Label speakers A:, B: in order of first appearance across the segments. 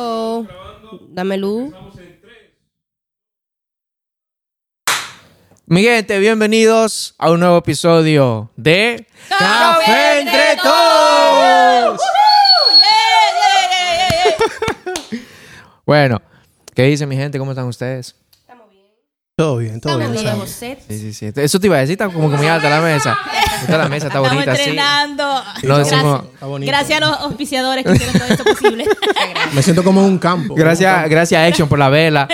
A: Oh, dame luz.
B: Mi gente, bienvenidos a un nuevo episodio de
A: ¡Café entre
B: Todos. Bueno, ¿qué dice mi gente? ¿Cómo están ustedes?
C: Todo bien, todo
A: Estamos
C: bien.
A: bien,
C: Sammy.
A: José.
B: Sí, sí, sí. Eso te iba a decir, está como que muy alta la mesa. Está la mesa, está
D: Estamos
B: bonita, sí.
D: entrenando.
B: No
D: Gracias-
B: decimos-
C: Está bonito.
D: Gracias a los auspiciadores que hicieron todo esto posible.
C: Me siento como en un campo.
B: Gracias, gracias a Action por la vela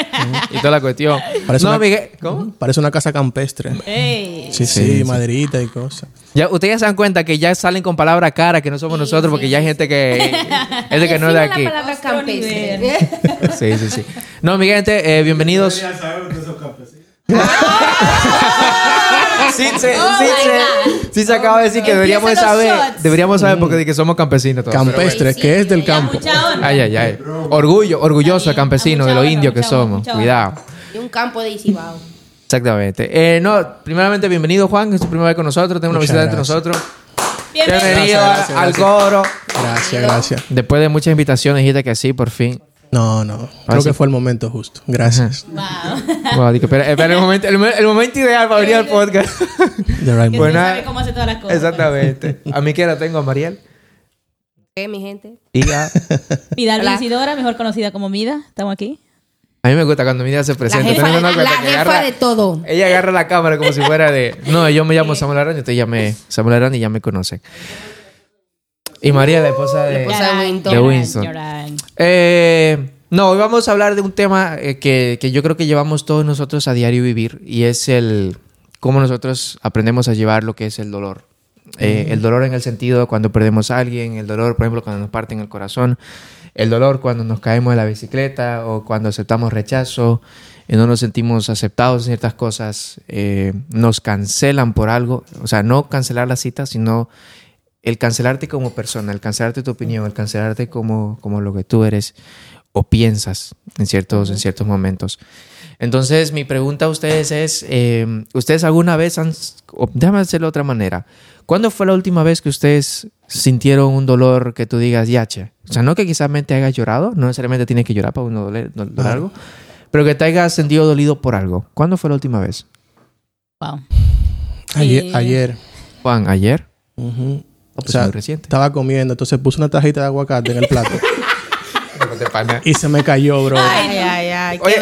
B: y toda la cuestión.
C: Parece
B: no,
C: una-
B: mi ge- ¿Cómo?
C: Parece una casa campestre.
D: Ey.
C: Sí, sí,
B: sí.
C: maderita y cosas.
B: Ya, ustedes ya se dan cuenta que ya salen con palabras cara que no somos nosotros porque ya hay gente que, gente que no es de
A: Defina
B: aquí.
A: la palabra
D: Otro
A: campestre.
B: Sí, sí, sí. No, mi gente, eh, bienvenidos.
D: Ah.
B: sí, se,
D: Oh
B: sí, se, sí se acaba de decir que deberíamos de
D: Empiezan los
B: saber.
D: shots. Oh,
B: Deberíamos saber
C: Mm.
B: porque de que somos campesinos todos.
C: Campestre, que es del
D: Ya,
C: campo.
D: mucha onda.
B: Ay, ay, ay. Orgullo, orgulloso de campesino, de lo indio que somos. Cuidado.
A: Y un campo de Isibao.
B: Exactamente. Eh, no, primeramente, bienvenido Juan, es tu primera vez con nosotros, tenemos una
C: Muchas
B: visita entre
C: gracias.
B: nosotros.
D: Bienvenido.
B: Bienvenido
C: Gracias,
B: al-
C: gracias,
B: al coro.
C: Gracias, gracias.
B: Después de muchas invitaciones, dijiste que sí, por fin.
C: No, no.
B: Ah,
C: Creo
B: sí.
C: que fue el momento justo. Gracias.
D: Wow.
B: Bueno, digo, espera, espera el, momento, el, mo- el momento ideal para venir al podcast.
C: The right
B: Bueno.
C: moment.
D: Bueno,
B: nada.
D: sabe cómo hace todas las cosas.
B: Exactamente. A mí que la tengo, a Mariel.
A: ¿Qué, mi gente?
B: Y a, a
D: Vidal
A: Hola.
D: Vincidora, mejor conocida como Mida. Estamos aquí.
B: mí me gusta cuando mi día se presenta.
A: jefa
B: Tenemos una
A: de-
B: cuenta
A: la
B: que
A: jefa de todo.
B: Ella agarra la cámara como si fuera de... No, yo me llamo Samuel Arán y te llamé Samuel Arán y ya me conocen. Y María, la esposa de...
A: esposa de Winston.
B: de Winston.
D: Lloran.
B: Eh, no, hoy vamos a hablar de un tema eh, que, que yo creo que llevamos todos nosotros a diario vivir y es el cómo nosotros aprendemos a llevar lo que es el dolor. Eh, el dolor en el sentido de cuando perdemos a alguien, el dolor, por ejemplo, cuando nos parten el corazón, el dolor cuando nos caemos de la bicicleta o cuando aceptamos rechazo, eh, no nos sentimos aceptados en ciertas cosas, eh, nos cancelan por algo, o sea, no cancelar la cita, sino el cancelarte como persona, el cancelarte tu opinión, el cancelarte como, como lo que tú eres o piensas en ciertos, en ciertos momentos. Entonces, mi pregunta a ustedes es, eh, ¿ustedes alguna vez han... o déjame hacerlo de otra manera. ¿Cuándo fue la última vez que ustedes sintieron un dolor que tú digas, yache? O sea, no que quizás mente hayas llorado, no necesariamente tienes que llorar para uno doler, dol- doler algo, pero que te hayas sentido dolido por algo. ¿Cuándo fue la última vez?
D: Wow.
C: Ayer. ayer.
B: Juan, ayer.
C: Ujú.
B: pues
C: o sea,
B: muy reciente.
C: estaba comiendo, entonces puse una tajita de aguacate en el plato y se me cayó, bro.
D: Ay, ay, ay.
B: Oye,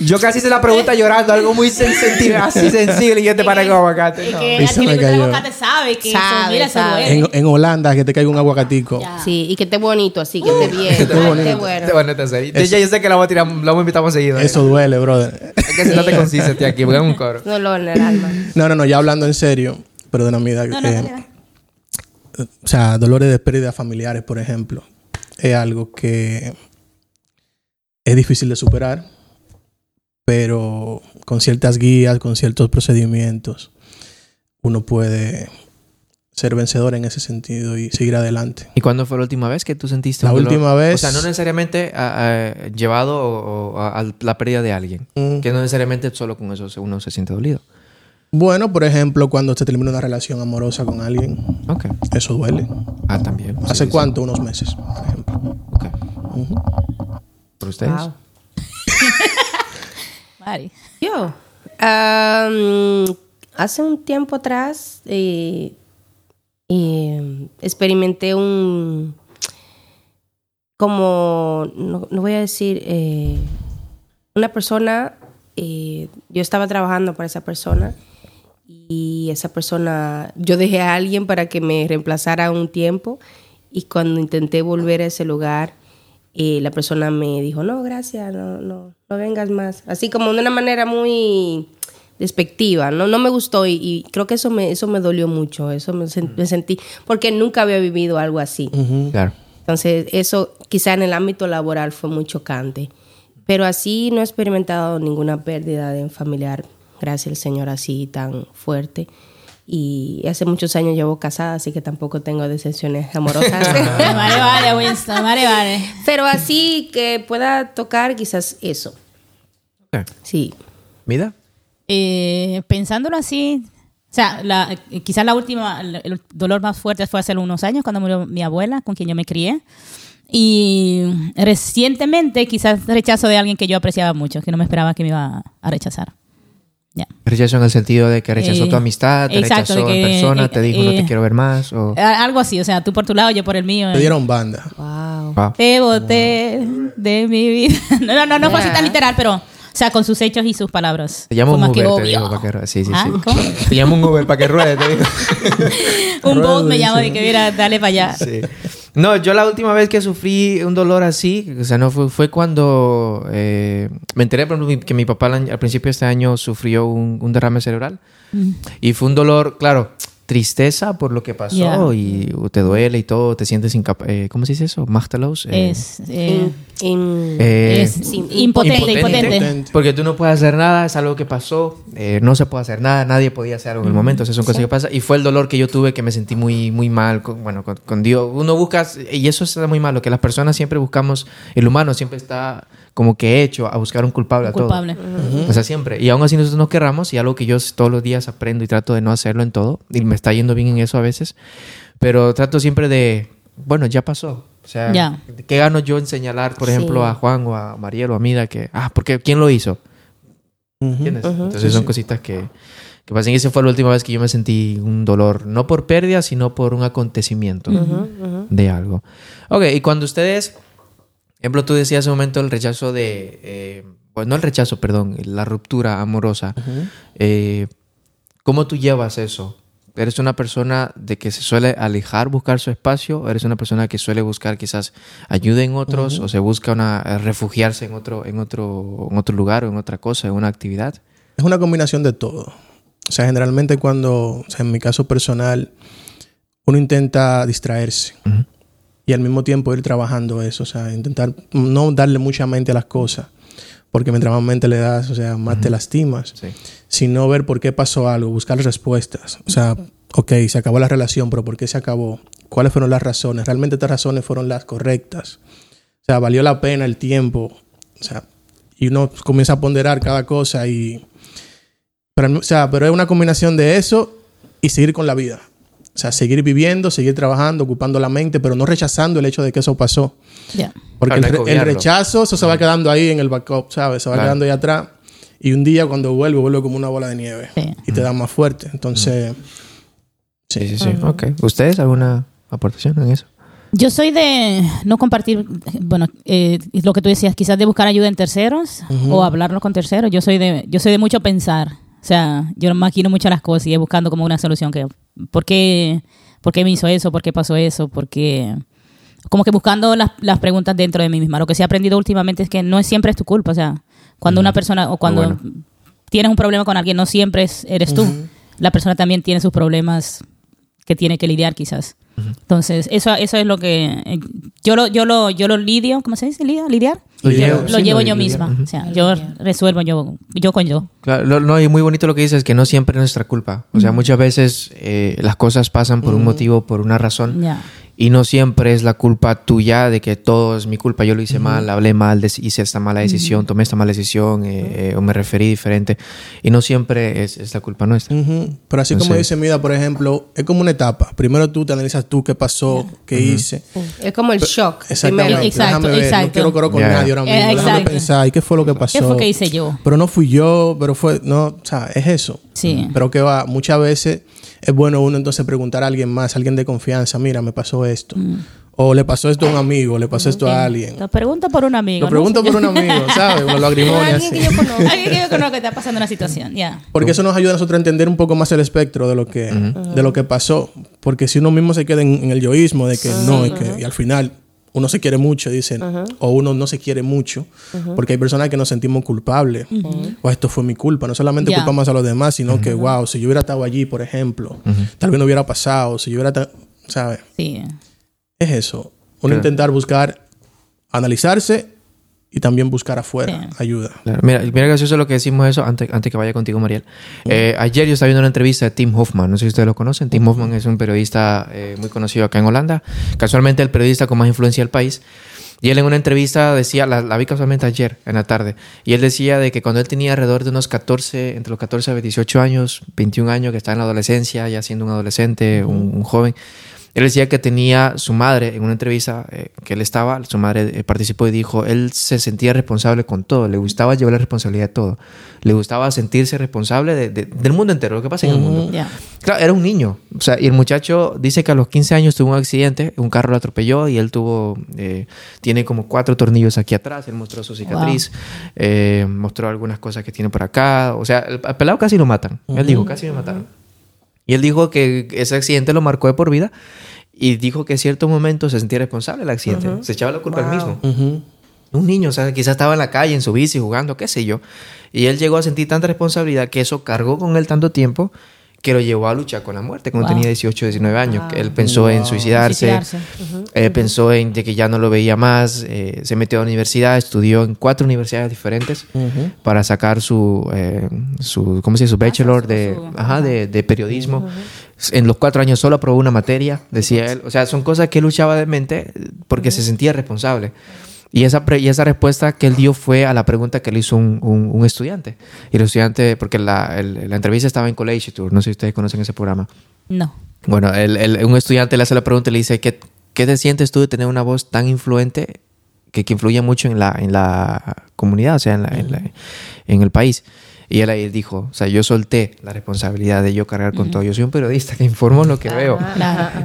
B: Yo casi hice la pregunta llorando, algo muy sensible, así sensible, y yo te paré con aguacate.
D: Es
B: no.
D: que
C: Y
D: al
C: se me
D: que le gusta el
C: cayó.
D: aguacate sabe que eso,
A: Sabe,
D: mira, eso
A: sabe.
D: duele.
C: En, en Holanda, que te caiga un aguacatico.
D: Ya.
A: Sí, y que esté bonito así, que esté bien.
C: esté
A: Ay,
C: bonito.
A: qué bueno.
B: Te van a hacer. este Yo ya yo sé que la voy a tirar, la voy a invitar más seguido. ¿eh?
C: Eso duele, brother.
B: Es que si no te consiste, tío, aquí, pongan un coro.
A: Dolor en el alma.
C: No, no, no, ya hablando en serio, perdona mi edad. eh, o sea, dolores de pérdida familiares, por ejemplo, es algo que es difícil de superar, pero con ciertas guías, con ciertos procedimientos, uno puede ser vencedor en ese sentido y seguir adelante.
B: ¿Y cuándo fue la última vez que tú sentiste
C: La
B: un dolor?
C: última vez-
B: O sea, no necesariamente ah, ah, llevado o- o a, a la pérdida de alguien.
C: Mm.
B: Que no necesariamente solo con eso se- uno se siente dolido.
C: Bueno, por ejemplo, cuando se termina una relación amorosa con alguien,
B: Ok.
C: eso duele.
B: Ah, también. Sí,
C: ¿Hace
B: sí.
C: cuánto? Unos meses, por ejemplo.
B: Ok. ¿Por ustedes?
A: Wow.
D: Mari.
A: Yo. am, hace un tiempo atrás eh, eh, experimenté un. Como. No, no voy a decir. eh, una persona. eh, yo estaba trabajando para esa persona. Y esa persona. Yo dejé a alguien para que me reemplazara un tiempo. Y cuando intenté volver a ese lugar. eh, la persona me dijo, no, gracias, no, no, no vengas más. Así como de una manera muy despectiva, no, no me gustó y, y creo que eso me, eso me dolió mucho, eso me, sen- me sentí, porque nunca había vivido algo así.
B: Claro.
A: Entonces, eso quizá en el ámbito laboral fue muy chocante, pero así no he experimentado ninguna pérdida de un familiar, gracias al Señor, así tan fuerte. Y hace muchos años llevo casada, así que tampoco tengo decepciones amorosas.
D: Vale, vale, Winston. Vale, vale.
A: Pero así que pueda tocar quizás eso.
B: Ok.
A: Sí.
B: ¿Mida?
D: Eh, pensándolo así, o sea, la, quizás la última, el dolor más fuerte fue hace unos años cuando murió mi abuela, con quien yo me crié. Y recientemente quizás rechazo de alguien que yo apreciaba mucho, que no me esperaba que me iba a rechazar. Ya.
B: Rechazo en el sentido de que rechazó
D: Eh,
B: tu amistad, te
D: exacto,
B: rechazó
D: de
B: en
D: que,
B: persona,
D: eh,
B: te dijo no
D: eh,
B: te quiero ver más
C: Oh.
B: o...
D: A- Algo así, o sea, tú por tu lado, yo por el mío.
C: Te dieron banda.
A: Wow.
B: Wow.
D: Te boté de mi vida. No, no, no, no fue así tan literal, pero, o sea, con sus hechos y sus palabras.
B: Te llamo
D: Fue
B: un
D: más
B: Uber,
D: que
B: te
D: obvio.
B: digo, para que ruede. Sí, sí,
D: Ah,
B: sí.
D: ¿cómo?
B: Te llamo un Uber para que ruede, te digo.
D: Un bot me llama de que, mira, dale para allá.
B: Sí. No, yo la última vez que sufrí un dolor así, o sea, no fue, fue cuando eh, me enteré, por ejemplo, que mi papá al año- al principio de este año sufrió un, un derrame cerebral.
D: Mm.
B: Y fue un dolor, claro, tristeza por lo que pasó
D: Yeah.
B: y te duele y todo, te sientes incapaz. ¿Cómo se dice eso? ¿Mastalos? Eh,
D: Es, eh,
A: En-
B: eh,
D: es
A: sí,
D: impotente,
B: impotente.
D: impotente.
C: Impotente.
B: Porque tú no puedes hacer nada, es algo que pasó, eh, no se puede hacer nada, nadie podía hacer algo en el momento, esas son cosas que pasan. Y fue el dolor que yo tuve que me sentí muy, muy mal, con, bueno, con, con Dios. Uno busca, y eso está muy malo, que las personas siempre buscamos, el humano siempre está como que hecho a buscar un culpable
D: Un
B: a todo.
D: culpable.
B: O sea, siempre. Y aún así nosotros no querramos, y algo que yo s- todos los días aprendo y trato de no hacerlo en todo, y me está yendo bien en eso a veces, pero trato siempre de, bueno, ya pasó. O sea,
D: Ya.
B: ¿qué gano yo en señalar, por
A: Sí.
B: ejemplo, a Juan o a Mariel o a Mida que, ah, porque ¿quién lo hizo? ¿Entiendes? Entonces son cositas que, que pasan. Y esa fue la última vez que yo me sentí un dolor, no por pérdida, sino por un acontecimiento de algo. Ok, y cuando ustedes, por ejemplo, tú decías hace un momento el rechazo de, eh, bueno, no el rechazo, perdón, la ruptura amorosa. Eh, ¿Cómo tú llevas eso? ¿Eres una persona de que se suele alejar, buscar su espacio? ¿Eres una persona que suele buscar quizás ayuda en otros o se busca una, eh, refugiarse en otro, en, otro, en otro lugar o en otra cosa, en una actividad?
C: Es una combinación de todo. O sea, generalmente cuando, o sea, en mi caso personal, uno intenta distraerse y al mismo tiempo ir trabajando eso. O sea, intentar no darle mucha mente a las cosas. Porque mientras más mente le das, o sea, más te lastimas.
B: Sí.
C: Sino ver por qué pasó algo, buscar respuestas. O sea, ok, se acabó la relación, pero ¿por qué se acabó? ¿Cuáles fueron las razones? ¿Realmente estas razones fueron las correctas? O sea, valió la pena el tiempo. O sea, y uno comienza a ponderar cada cosa y... Pero, o sea, pero es una combinación de eso y seguir con la vida. O sea, seguir viviendo, seguir trabajando, ocupando la mente, pero no rechazando el hecho de que eso pasó.
D: Ya.
C: Porque
B: Claro,
C: el, re-
B: hay que
C: el
B: obviarlo.
C: rechazo, eso se va quedando ahí en el backup, ¿sabes? Se va
B: Claro.
C: quedando ahí atrás. Y un día cuando vuelvo, vuelvo como una bola de nieve.
D: Sí.
C: Y te da más fuerte. Entonces,
B: Sí, sí, sí. Ok. ¿Ustedes alguna aportación en eso?
D: Yo soy de no compartir, bueno, eh, lo que tú decías, quizás de buscar ayuda en terceros o hablarlo con terceros. Yo soy de, yo soy de mucho pensar. O sea, yo maquino mucho las cosas y es buscando como una solución que, ¿por qué, por qué me hizo eso? ¿Por qué pasó eso? ¿Por qué? Como que buscando las, las preguntas dentro de mí misma. Lo que sí he aprendido últimamente es que no es- siempre es tu culpa. O sea, cuando una persona o cuando
B: bueno.
D: tienes un problema con alguien, no siempre es- eres tú. La persona también tiene sus problemas que tiene que lidiar quizás. Entonces, eso, eso es lo que eh, yo lo, yo lo, yo lo lidio, ¿cómo se dice? ¿Lidia? ¿Lidiar?
B: Lo llevo,
D: Lo
B: sí,
D: llevo
B: lo
D: yo
B: lidiar,
D: misma.
B: ujú.
D: O sea, yo resuelvo yo, yo con yo.
B: Claro, lo- no, y muy bonito lo que dices, que no siempre es nuestra culpa. O sea, muchas veces eh, las cosas pasan por un motivo, por una razón.
D: Ya.
B: Y no siempre es la culpa tuya de que todo es mi culpa. Yo lo hice mal, hablé mal, des- hice esta mala decisión, tomé esta mala decisión eh, eh, o me referí diferente. Y no siempre es, es la culpa nuestra.
C: ujú. pero así como dice Mida, por ejemplo, es como una etapa. Primero tú te analizas tú qué pasó, qué hice.
A: Es como el shock.
C: Exactamente.
A: primero.
D: Exacto,
C: Déjame ver,
D: exacto.
C: No quiero coro con
B: Ya, ya.
C: nadie ahora
D: Eh,
C: mismo. Déjame
D: exacto.
C: pensar, ¿y qué fue lo que pasó?
D: ¿Qué fue que hice yo?
C: Pero no fui yo, pero fue... No, o sea, es eso.
D: Sí.
C: Pero que va, muchas veces es bueno uno entonces preguntar a alguien más, alguien de confianza, mira, me pasó esto.
D: Mm.
C: O le pasó esto a un amigo, le pasó esto a alguien.
D: Te pregunto por un amigo.
C: Lo
D: ¿no,
C: pregunto por
D: señor?
C: un amigo, ¿sabes? Los lagrimones
A: Alguien que
C: así.
A: yo conozco.
D: Alguien que yo conozco que está pasando una situación. Ya.
C: Porque eso nos ayuda a nosotros a entender un poco más el espectro de lo que, de lo que pasó. Porque si uno mismo se queda en, en el yoísmo de que no, y, que, y al final uno se quiere mucho, dicen, o uno no se quiere mucho, porque hay personas que nos sentimos culpables. O esto fue mi culpa. No solamente
D: Ya.
C: culpamos a los demás, sino que, wow, si yo hubiera estado allí, por ejemplo, tal vez no hubiera pasado, si yo hubiera, ta- ¿sabes?
D: Sí.
C: Es eso. Uno intentar buscar, analizarse y también buscar afuera ayuda.
B: Claro. Mira, mira gracioso lo que decimos eso antes, antes que vaya contigo, Mariel. Eh, ayer yo estaba viendo una entrevista de Tim Hoffman, no sé si ustedes lo conocen. Tim Hoffman es un periodista eh, muy conocido acá en Holanda, casualmente el periodista con más influencia del país. Y él en una entrevista decía, la, la vi casualmente ayer, en la tarde, y él decía de que cuando él tenía alrededor de unos 14, entre los 14 a 18 años, 21 años, que está en la adolescencia, ya siendo un adolescente, un- un joven, Él decía que tenía su madre en una entrevista eh, que él estaba, su madre eh, participó y dijo, él se sentía responsable con todo, le gustaba llevar la responsabilidad de todo, le gustaba sentirse responsable de- de- del mundo entero, lo que pasa en el mundo.
D: Ya.
B: Claro, era un niño. O sea, y el muchacho dice que a los 15 años tuvo un accidente, un carro lo atropelló y él tuvo, eh, tiene como cuatro tornillos aquí atrás, él mostró su cicatriz, eh, mostró algunas cosas que tiene por acá. O sea, el, al pelado casi lo matan. Él dijo, casi me mataron. Y él dijo que ese accidente lo marcó de por vida y dijo que en ciertos momentos se sentía responsable del accidente. Se echaba la culpa al mismo.
C: Ujú.
B: Un niño, o sea, quizás estaba en la calle, en su bici, jugando, qué sé yo. Y él llegó a sentir tanta responsabilidad que eso cargó con él tanto tiempo que lo llevó a luchar con la muerte cuando
D: Wow.
B: tenía 18, 19 años. que Él pensó en suicidarse,
D: Suicidarse.
B: eh, pensó en de que ya no lo veía más, eh, se metió a la universidad, estudió en cuatro universidades diferentes para sacar su, eh, su ¿cómo se dice? Ah, Su bachelor de, ajá, de, de periodismo. En los cuatro años solo aprobó una materia, decía él. O sea, son cosas que él luchaba de mente porque se sentía responsable. Y esa, pre- y esa respuesta que él dio fue a la pregunta que le hizo un, un- un estudiante. Y el estudiante, porque la, el- la entrevista estaba en College Tour, no sé si ustedes conocen ese programa.
D: No.
B: Bueno, el- el- un estudiante le hace la pregunta y le dice, ¿qué, qué te sientes tú de tener una voz tan influente que, que influye mucho en la, en la comunidad, o sea, en, la- en la- en el país? Y él ahí dijo, o sea, yo solté la responsabilidad de yo cargar con todo. Yo soy un periodista que informo lo que veo.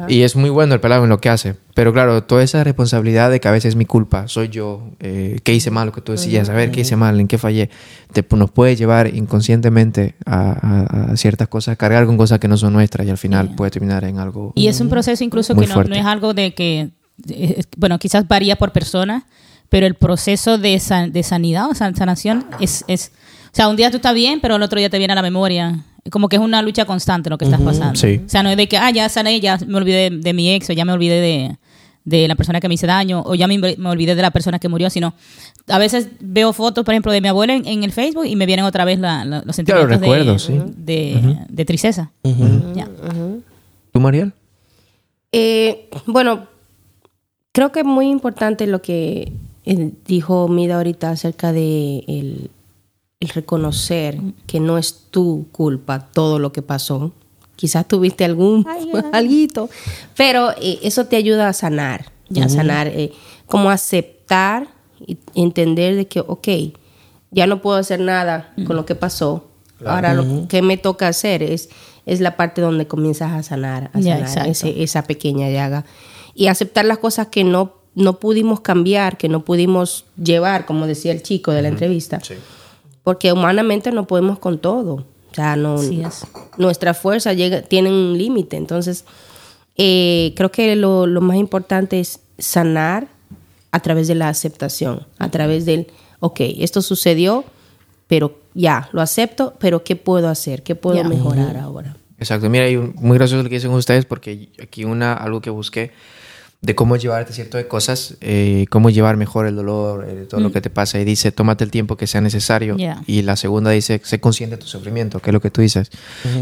B: Y es muy bueno el pelado en lo que hace. Pero claro, toda esa responsabilidad de que a veces es mi culpa, soy yo, eh, qué hice mal, lo que tú decías, a ver, qué hice mal, en qué fallé, te, nos puede llevar inconscientemente a, a- a ciertas cosas, a cargar con cosas que no son nuestras y al final puede terminar en algo.
D: Y es un proceso incluso
B: Mm. Muy
D: que no, no
B: fuerte.
D: es algo de que, eh, bueno, quizás varía por persona, pero el proceso de, san- de sanidad o san- sanación es, es, o sea, un día tú estás bien, pero el otro día te viene a la memoria. Como que es una lucha constante lo que estás pasando.
B: sí.
D: O sea, no es de que, ah, ya sané, ya me olvidé de, de mi ex, o ya me olvidé de, de la persona que me hice daño, o ya me, me olvidé de la persona que murió, sino a veces veo fotos, por ejemplo, de mi abuela en, en el Facebook y me vienen otra vez la- la-
B: Claro,
D: los sentimientos de-
B: recuerdos, sí.
D: de, de tristeza. Ya.
B: ¿Tú, Mariel?
A: Eh, bueno, creo que es muy importante lo que eh, dijo Mida ahorita acerca de el, el reconocer que no es tu culpa todo lo que pasó. Quizás tuviste algún alguito, pero eh, eso te ayuda a sanar, a sanar, eh, como aceptar y entender de que, ok, ya no puedo hacer nada con lo que pasó. Ahora lo que me toca hacer es, es la parte donde comienzas a sanar, a
D: Ya,
A: sanar
D: exacto.
A: ese- esa pequeña llaga y aceptar las cosas que no, no pudimos cambiar, que no pudimos llevar, como decía el chico de la entrevista. Porque humanamente no podemos con todo. O sea, no,
D: Así es.
A: nuestra fuerza llega, tiene un límite. Entonces, eh, creo que lo, lo más importante es sanar a través de la aceptación, a través del, ok, esto sucedió, pero ya, lo acepto, pero ¿qué puedo hacer? ¿Qué puedo
D: Ya.
A: mejorar ahora?
B: Exacto, mira, y un- muy gracioso lo que dicen ustedes porque aquí una, algo que busqué de cómo llevarte cierto de cosas, eh, cómo llevar mejor el dolor, eh, todo lo que te pasa. Y dice, tómate el tiempo que sea necesario.
D: Yeah.
B: Y la segunda dice, sé consciente de tu sufrimiento, que es lo que tú dices.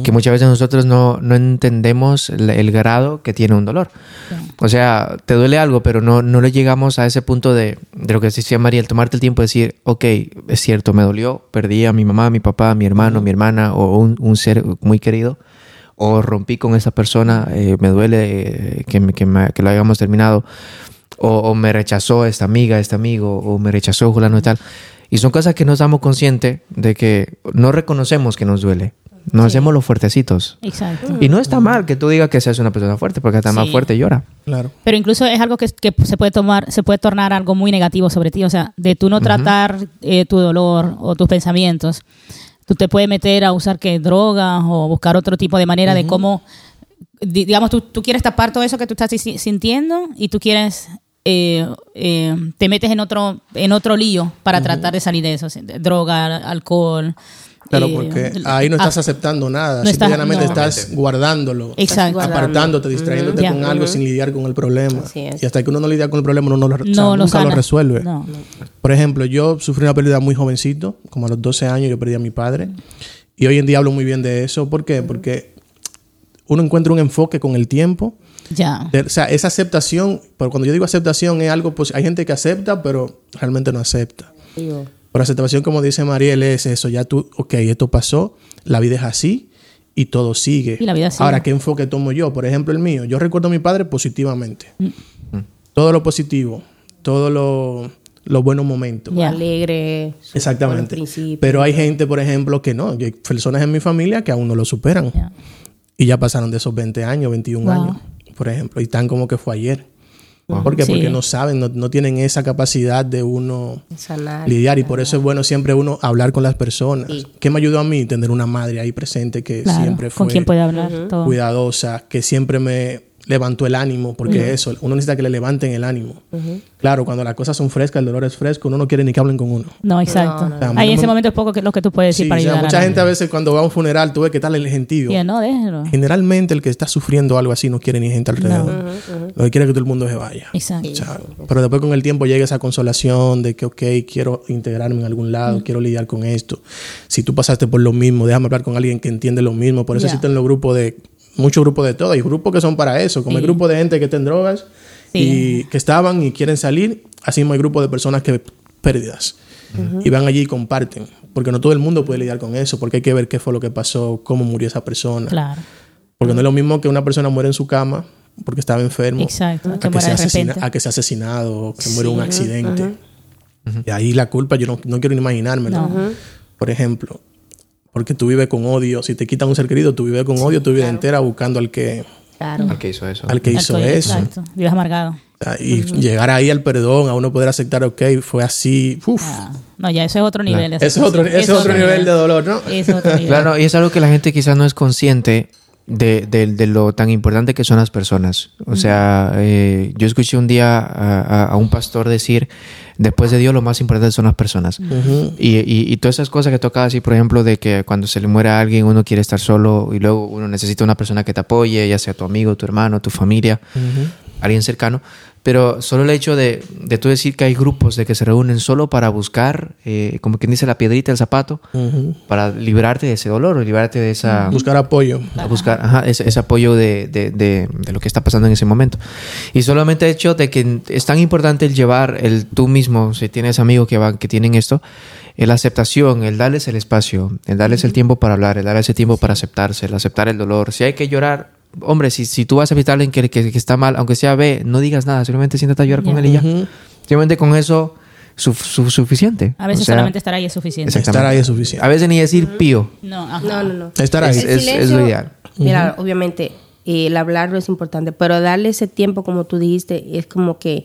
B: Que muchas veces nosotros no, no entendemos el, el grado que tiene un dolor. O sea, te duele algo, pero no, no le llegamos a ese punto de, de lo que decía María, el tomarte el tiempo de decir, ok, es cierto, me dolió, perdí a mi mamá, a mi papá, a mi hermano, a mi hermana o un, un ser muy querido o rompí con esa persona, eh, me duele eh, que, me- que me- que lo hayamos terminado, o, o me rechazó esta amiga, este amigo, o me rechazó Julano y tal. Y son cosas que nos damos consciente de que no reconocemos que nos duele, nos hacemos los fuertecitos.
D: Exacto.
B: Y no está mal que tú digas que seas una persona fuerte, porque hasta más
D: Sí.
B: fuerte llora.
C: Claro.
D: Pero incluso es algo que, que se puede tomar, se puede tornar algo muy negativo sobre ti. O sea, de tú no tratar eh, tu dolor o tus pensamientos, tú te puedes meter a usar que drogas o buscar otro tipo de manera de cómo, di- digamos, tú, tú quieres tapar todo eso que tú estás si- sintiendo y tú quieres eh, eh, te metes en otro en otro lío para tratar de salir de eso, o sea, de- droga, alcohol.
C: Claro,
D: eh,
C: porque ahí no estás
D: ah,
C: aceptando nada.
D: no estás-
C: simplemente
D: no.
C: estás guardándolo.
D: Exacto.
C: apartándote, distrayéndote
D: Ujú.
C: con
D: Ya.
C: algo sin lidiar con el problema.
A: Así es.
C: Y hasta que uno no lidia con el problema, uno no lo, o sea,
D: No lo
C: nunca lo
D: sana.
C: resuelve.
D: No.
C: Por ejemplo, yo sufrí una pérdida muy jovencito, como a los 12 años yo perdí a mi padre. Y hoy en día hablo muy bien de eso. ¿Por qué? Porque uno encuentra un enfoque con el tiempo.
D: Ya.
C: De- o sea, esa aceptación, pero cuando yo digo aceptación es algo, pues hay gente que acepta, pero realmente no acepta. Pero aceptación, como dice Mariel, es eso, ya tú, ok, esto pasó, la vida es así y todo sigue.
D: Y la vida sigue.
C: Ahora, ¿qué enfoque tomo yo? Por ejemplo, el mío. Yo recuerdo a mi padre positivamente.
D: Mm.
C: Todo lo positivo, todos lo- los buenos momentos.
D: Ya.
A: Alegre. su- por el
C: Exactamente.
A: principio.
C: Pero hay gente, por ejemplo, que no. Yo Hay personas en mi familia que aún no lo superan.
D: Ya.
C: Y ya pasaron de esos 20 años, 21
D: Wow.
C: años, por ejemplo. Y tan como que fue ayer. ¿Por qué?
D: Sí.
C: Porque no saben, no, no tienen esa capacidad de uno
A: Sanar.
C: lidiar. Y por eso es bueno siempre uno hablar con las personas.
A: Sí.
C: ¿Qué me ayudó a mí? Tener una madre ahí presente que
D: Claro,
C: siempre fue
D: con quien puede hablar todo.
C: cuidadosa, que siempre me levantó el ánimo, porque eso, uno necesita que le levanten el ánimo. Claro, cuando las cosas son frescas, el dolor es fresco, uno no quiere ni que hablen con uno.
D: No, exacto.
C: no.
D: Ahí en ese momento es poco que, lo que tú puedes decir
C: Sí,
D: para
C: o sea,
D: ayudar. a
C: mucha
D: la-
C: gente a veces cuando va a un funeral, tú ves que tal el gentío.
D: Ya, no, déjelo.
C: Generalmente el que está sufriendo algo así no quiere ni gente alrededor. Lo que quiere es que todo el mundo se vaya.
D: Exacto.
C: O sea, pero después con el tiempo llega esa consolación de que, ok, quiero integrarme en algún lado, quiero lidiar con esto. Si tú pasaste por lo mismo, déjame hablar con alguien que entiende lo mismo. Por eso
D: Ya.
C: existen los grupos de, muchos grupos de todo. Hay grupos que son para eso, como el
D: Sí.
C: grupo de gente que está en drogas
D: Sí.
C: y que estaban y quieren salir. Así mismo hay grupos de personas que pérdidas. Y van allí y comparten, porque no todo el mundo puede lidiar con eso, porque hay que ver qué fue lo que pasó, cómo murió esa persona.
D: Claro.
C: Porque no es lo mismo que una persona muere en su cama porque estaba enfermo.
D: Exacto,
C: A
D: que
C: que,
D: muera
C: sea
D: de
C: asesina-
D: repente.
C: a que sea asesinado o que muere en un accidente. Y ahí la culpa yo no, no quiero ni imaginármela. Por ejemplo, porque tú vives con odio. Si te quitan un ser querido, tú vives con odio tu vida entera buscando al que,
A: Claro.
B: Al que hizo eso.
C: al que hizo
D: Alcohol,
C: eso.
D: Exacto. Vives amargado.
C: O sea, Y llegar ahí al perdón, a uno poder aceptar, ok, fue así. Uf,
D: Ah, No, ya eso es otro nivel.
C: ese es otro, ese es otro nivel de dolor, ¿no?
D: Es otro nivel.
B: Claro, y es algo que la gente quizás no es consciente de, de- de lo tan importante que son las personas. O sea, eh, yo escuché un día a, a- a un pastor decir, después de Dios lo más importante son las personas. y, y- y todas esas cosas que tocaba así, por ejemplo, de que cuando se le muere a alguien uno quiere estar solo y luego uno necesita una persona que te apoye, ya sea tu amigo, tu hermano, tu familia, alguien cercano. Pero solo el hecho de, de tú decir que hay grupos de que se reúnen solo para buscar, eh, como quien dice, la piedrita del zapato, para librarte de ese dolor o librarte de esa...
C: Buscar apoyo.
B: a buscar ajá, ese, ese apoyo de, de- de- de lo que está pasando en ese momento. Y solamente el hecho de que es tan importante el llevar el tú mismo, si tienes amigos que, van, que tienen esto, eh, la aceptación, el darles el espacio, el darles el tiempo para hablar, el darles el tiempo para aceptarse, el aceptar el dolor. Si hay que llorar, hombre, si, si tú vas a visitar a alguien que, que- que está mal, aunque sea B, no digas nada, simplemente siéntate a llorar con él y ya. Simplemente con eso su- su- suficiente.
D: A veces
B: O sea,
D: solamente estar ahí es suficiente.
B: Exactamente.
C: Estar ahí es suficiente.
B: A veces ni decir pío.
D: No,
A: No,
D: ajá.
A: no, no.
C: Estar ahí.
B: Es- es- es lo ideal.
A: Mira, obviamente eh, el hablarlo es importante, pero darle ese tiempo, como tú dijiste, es como que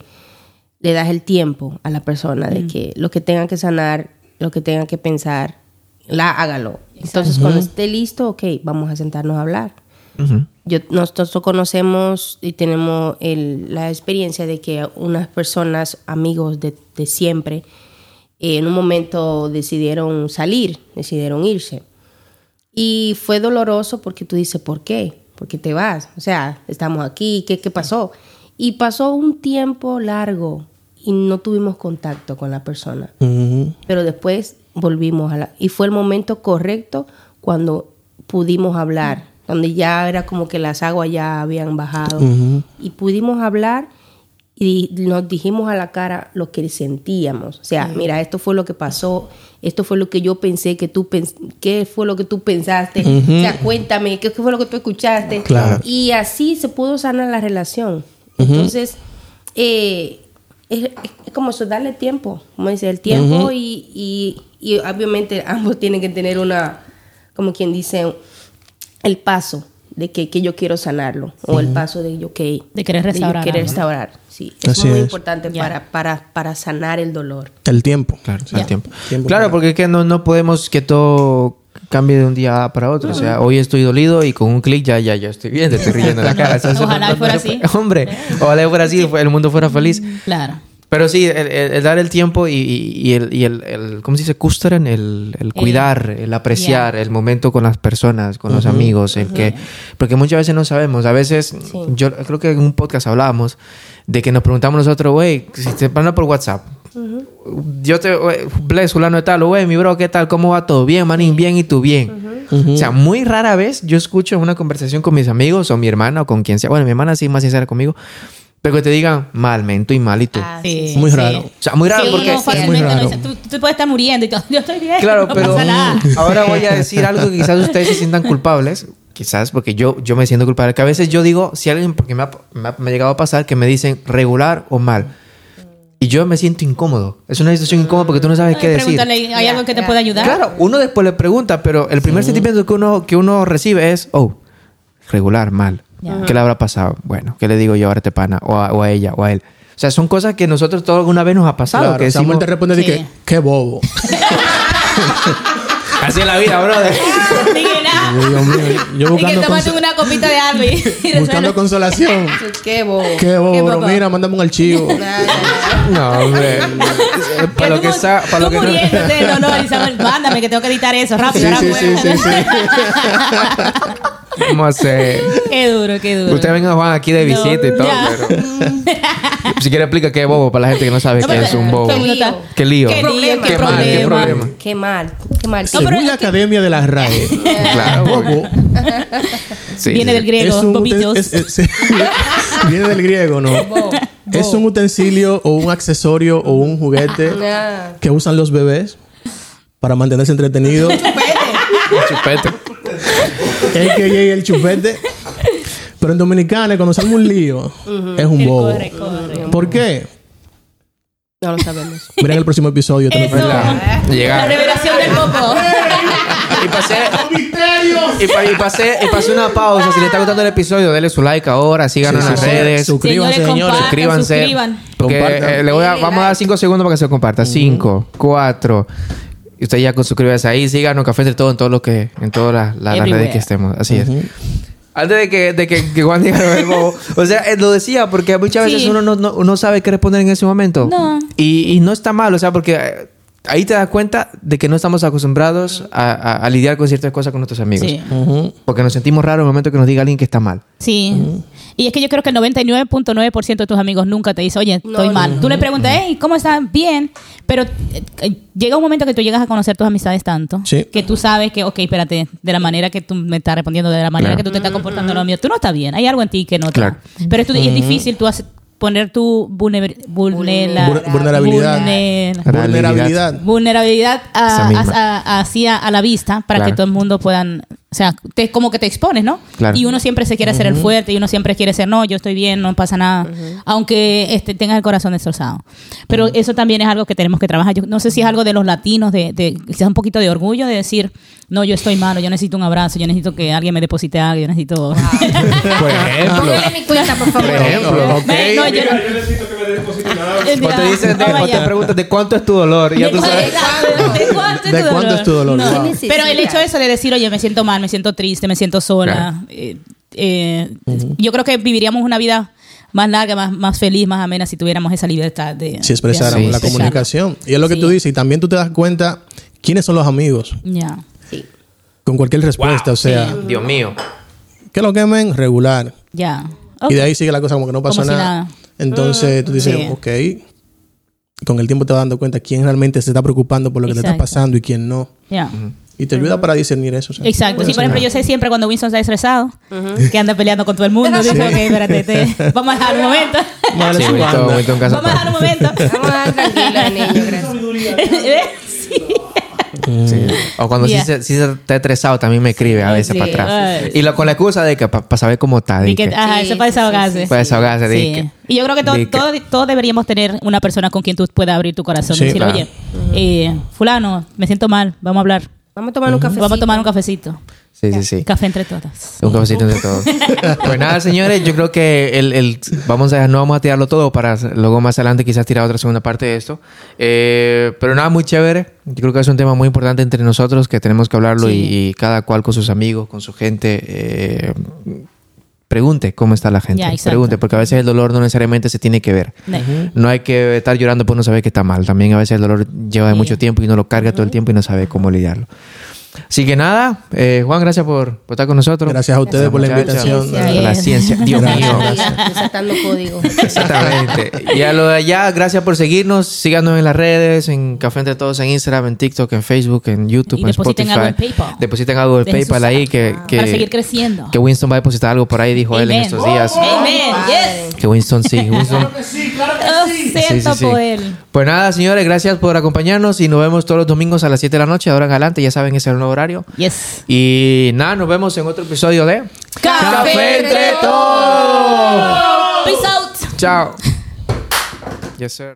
A: le das el tiempo a la persona de que lo que tenga que sanar, lo que tenga que pensar, la hágalo. Entonces, cuando esté listo, ok, vamos a sentarnos a hablar.
B: Ujú.
A: Yo, nosotros conocemos y tenemos el- la experiencia de que unas personas, amigos de, de siempre, eh, en un momento decidieron salir, decidieron irse. Y fue doloroso porque tú dices, ¿por qué? ¿Por qué te vas? O sea, estamos aquí, ¿qué, qué pasó? Y pasó un tiempo largo y no tuvimos contacto con la persona.
C: Ujú.
A: Pero después volvimos a la... Y fue el momento correcto cuando pudimos hablar, donde ya era como que las aguas ya habían bajado. Y pudimos hablar y di- nos dijimos a la cara lo que sentíamos. O sea, mira, esto fue lo que pasó, esto fue lo que yo pensé, que tú pens qué fue lo que tú pensaste, o sea, cuéntame, qué qué fue lo que tú escuchaste.
C: Claro.
A: Y así se pudo sanar la relación. Entonces, eh, es, es como eso, darle tiempo, como dice, el tiempo y, y- y obviamente ambos tienen que tener una, como quien dice, el paso de que, que yo quiero sanarlo o el paso de yo que
D: De querer
A: yo
D: restaurar
A: querer
D: algo.
A: restaurar. Sí, es
C: Así
A: muy
C: es.
A: importante
D: Ya.
A: para, para, para sanar el dolor.
C: El tiempo.
B: Claro,
D: Ya.
B: el tiempo.
C: Tiempo
B: claro,
C: para-
B: porque es que no, no podemos que todo cambie de un día para otro. O sea, hoy estoy dolido y con un clic ya, ya, ya estoy bien, te estoy riendo en la cara. O sea, eso
D: Ojalá
B: no-
D: fuera
B: no se
D: así.
B: puede- Hombre, ojalá fuera así, el mundo fuera feliz.
D: Claro.
B: Pero sí, el, el- el dar el tiempo y, y- y el, y el- el- ¿cómo se dice? Custeren, el, el cuidar, el apreciar el momento con las personas, con los amigos, el que... Porque muchas veces no sabemos, a veces, yo creo que en un podcast hablábamos de que nos preguntamos nosotros, güey, si te mandan por WhatsApp, yo te, güey, bless, fulano de tal, güey, mi bro, ¿qué tal? ¿Cómo va todo? Bien, manín, bien y tú bien. O sea, muy rara vez yo escucho en una conversación con mis amigos o mi hermana o con quien sea, bueno, mi hermana sí, más sincera conmigo. Pero que te digan mal, mento y malito.
A: Ah,
D: Sí.
C: Muy raro.
B: O sea, muy raro
D: Sí,
B: porque...
D: no,
C: es muy
D: fácilmente no
C: raro.
D: dice, tú, tú puedes estar muriendo y todo. Yo estoy bien.
B: Claro,
D: no
B: pero
D: Pasa nada.
B: ahora voy a decir algo que quizás ustedes se sientan culpables. Quizás porque yo, yo me siento culpable. Que a veces yo digo, si alguien, porque me ha, me ha- me ha llegado a pasar que me dicen regular o mal. Y yo me siento incómodo. Es una situación incómoda porque tú no sabes qué decir.
D: Pregúntale, ¿hay
A: Ya,
D: algo que te
A: ya.
D: pueda ayudar?
B: Claro, uno después le pregunta, pero el primer sentimiento que uno, que uno recibe es, oh, regular, mal. ¿Qué le habrá pasado? Bueno, ¿qué le digo yo ahora a este pana? O a, o a ella, o a él. O sea, son cosas que nosotros todos alguna vez nos ha pasado.
C: Claro,
B: que
C: o sea, Samuel
B: decimos,
C: te responde de
D: Sí.
C: que, qué bobo.
B: "Ah, Así es la vida, brother.
D: Dije, nada.
C: Dios mío, yo
D: Y que
C: buscando,
D: tomaste
C: conso-
D: una copita de algo y, y resuelve.
C: buscando consolación.
A: Qué bobo.
C: qué bobo, bro,
A: bobo.
C: mira, mándame un archivo.
B: No, hombre. Eh, para lo que
D: tú-
B: sa- para lo
D: tú
B: que
D: muriéndote de dolor, Isabel, mándame que tengo que editar eso rápido.
C: Sí, sí,
D: rápido.
C: sí, sí, sí.
B: ¿Cómo hacer?
D: Qué duro, qué duro.
B: Usted venga Juan aquí de
D: No,
B: visita y todo,
D: ya.
B: pero si quiere explica qué es bobo para la gente que no sabe
D: No,
B: qué
D: pero-
B: es un bobo.
D: todo el mundo está-
B: Qué lío.
D: Qué lío, qué
B: Qué mal, qué
D: problema.
B: problema.
A: Qué mal, qué mal.
C: Según la Academia de la RAE,
B: Claro,
C: bobo
B: Sí,
D: Viene
B: sí.
D: del griego,
C: es un
D: bobillos.
C: uten- es- es- sí. viene del griego, ¿no? Es un utensilio o un accesorio o un juguete
A: Ah.
C: que usan los bebés para mantenerse entretenidos.
B: El chupete.
C: El que llegue el chupete. Pero en Dominicana, cuando sale un lío, es un bobo.
D: Corre, corre.
C: ¿Por qué?
A: No lo sabemos.
C: Mira en el próximo episodio. te lo
D: Eso.
C: explico.
D: La
B: Llegar.
D: revelación del popo.
B: Y pasé. Y, pa- y pasé, y pasé una pausa. Si le está gustando el episodio, dele su like ahora, síganos
C: Sí,
B: en las
C: sí, sí.
B: redes.
C: Suscríbanse,
D: Señores,
C: señores.
D: compartan.
B: suscríbanse.
D: suscriban.
B: Porque,
C: Compartan.
B: eh, le voy a- vamos a dar 5 segundos para que se comparta. 5, 4. Y usted ya con suscríbase ahí. Síganos Café entre todo en todo lo que en todas las las- las redes
D: Everywhere.
B: que estemos. Así es. Antes de que, de que, que Juan diga lo del bobo. O sea, eh, lo decía porque muchas veces
D: Sí.
B: uno no, no- no sabe qué responder en ese momento.
D: No.
B: Y, y no está mal, o sea, porque eh, ahí te das cuenta de que no estamos acostumbrados a, a- a lidiar con ciertas cosas con nuestros amigos.
D: Sí.
C: Ujú.
B: Porque nos sentimos raros en el momento que nos diga alguien que está mal.
D: Sí. Y es que yo creo que el 99.9% de tus amigos nunca te dice, oye,
A: No,
D: estoy
A: no,
D: mal. tú le preguntas, hey, ¿cómo estás? Bien. Pero eh, eh, llega un momento que tú llegas a conocer tus amistades tanto
C: Sí.
D: que tú sabes que, ok, espérate, de la manera que tú me estás respondiendo, de la manera
B: Claro.
D: que tú te estás comportando lo mío, tú no estás bien. Hay algo en ti que no está.
B: Claro.
D: Pero es, tu- es difícil tú hace- poner tu vulner- vulnera-
C: Vulner- vulnerabilidad.
D: vulner-
C: Vulnerabilidad.
D: vulnerabilidad a,
B: Esa misma.
D: a- a- así a- a la vista para
B: Claro.
D: que todo el mundo puedan o sea te- como que te expones no
B: Claro.
D: y uno siempre se quiere hacer el fuerte y uno siempre quiere ser no yo estoy bien no pasa nada aunque este, tengas el corazón destrozado pero eso también es algo que tenemos que trabajar yo no sé si es algo de los latinos de, de quizás un poquito de orgullo de decir no yo estoy malo yo necesito un abrazo yo necesito que alguien me deposite algo yo necesito
B: Por ejemplo.
A: Póngale mi cuenta, por favor.
B: Ah, Por ejemplo. ok.
D: Ven, no, yo no-
B: O te dicen, de-
D: Vaya.
B: o te preguntan de cuánto es tu dolor. Y ya tú sabes.
D: ¿De cuánto,
C: ¿De cuánto es tu dolor?
D: No.
C: Wow.
A: ¿Qué necesitas?
D: Pero el hecho de eso de decir, oye, me siento mal, me siento triste, me siento sola.
B: Claro.
D: eh, eh, Yo creo que viviríamos una vida más larga, más, más feliz, más amena si tuviéramos esa libertad de.
C: Si expresáramos
B: Sí,
C: la
B: sí,
D: sí.
C: comunicación. Y es lo que
D: Sí.
C: tú dices. Y también tú te das cuenta quiénes son los amigos.
D: Ya.
A: Sí.
C: Con cualquier respuesta. O sea,
B: Dios mío.
C: que lo quemen, regular.
D: Ya.
C: Y de
D: Ok.
C: ahí sigue la cosa como que no pasó
D: Como si
C: nada.
D: nada. Mm,
C: Entonces tú dices,
D: sí.
C: ok. Con el tiempo te vas dando cuenta quién realmente se está preocupando por lo que te está
D: Exacto.
C: pasando y quién no.
D: Ya.
C: Y te ayuda para discernir eso. o sea.
D: Exacto. Sí, por ejemplo, yo sé siempre cuando Winston está estresado, que anda peleando con todo el mundo, dice, ok, espérate, te- vamos a dejar un momento.
C: Vale,
B: Sí,
C: su
B: Winston-
C: banda.
B: Winston Casa-
D: vamos a dejar un momento.
A: Vamos a dar tranquila, niño, gracias.
D: sí.
B: Sí. O cuando
D: Yeah.
B: sí, se- sí se está estresado, también me escribe a veces
A: Sí.
B: para atrás.
D: Ay.
B: Y lo, con la excusa de que para saber cómo está. de
D: Y que-
B: que-
D: ajá, eso es para desahogarse.
B: Para desahogarse,
D: Sí.
B: dije.
D: Y yo creo que to-
B: Dije.
D: todo- todos deberíamos tener una persona con quien tú puedas abrir tu corazón.
C: Sí,
D: y decir,
B: claro.
D: oye, eh, fulano, me siento mal, vamos a hablar.
A: Vamos a tomar un café.
D: Vamos a tomar un cafecito.
B: sí, sí, sí.
D: Café entre todas.
B: Un cafecito entre todos. pues nada, señores, yo creo que el, el- vamos a, no vamos a tirarlo todo para luego más adelante quizás tirar otra segunda parte de esto. Eh, pero nada, muy chévere. Yo creo que es un tema muy importante entre nosotros que tenemos que hablarlo y, y cada cual con sus amigos, con su gente. eh, pregunte cómo está la gente.
D: Ya, exacto.
B: pregunte, porque a veces el dolor no necesariamente se tiene que ver.
D: No.
B: No hay que estar llorando por no saber que está mal. También a veces el dolor lleva de mucho tiempo y uno lo carga todo el tiempo y no sabe cómo lidiarlo. Así que nada, eh, Juan, gracias por, por estar con nosotros.
C: Gracias a ustedes por la
B: Muchachos,
C: invitación.
A: Gracias.
B: Por la ciencia. Dios mío.
A: Desatando códigos.
B: Exactamente. Y a lo de allá, gracias por seguirnos. Síganos en las redes, en Café Entre Todos, en Instagram, en TikTok, en Facebook, en YouTube,
D: Y
B: en
D: depositen
B: Spotify.
D: algo en PayPal.
B: Depositen algo en
D: Dejen sus
B: PayPal ahí que, Ah. que,
D: para seguir creciendo.
B: que Winston va a depositar algo por ahí, dijo él en
D: Amen. Oh,
B: estos días.
D: Amen. Yes.
B: Que Winston sí, Winston.
D: Lo siento
B: Sí, sí, sí.
D: por él.
B: Pues nada, señores, gracias por acompañarnos y nos vemos todos los domingos a las 7 de la noche. Ahora en adelante, ya saben, ese es el nuevo horario.
D: Yes.
B: Y nada, nos vemos en otro episodio de
D: Café
B: Entre Todos.
D: Peace out.
B: Chao. Yes, sir.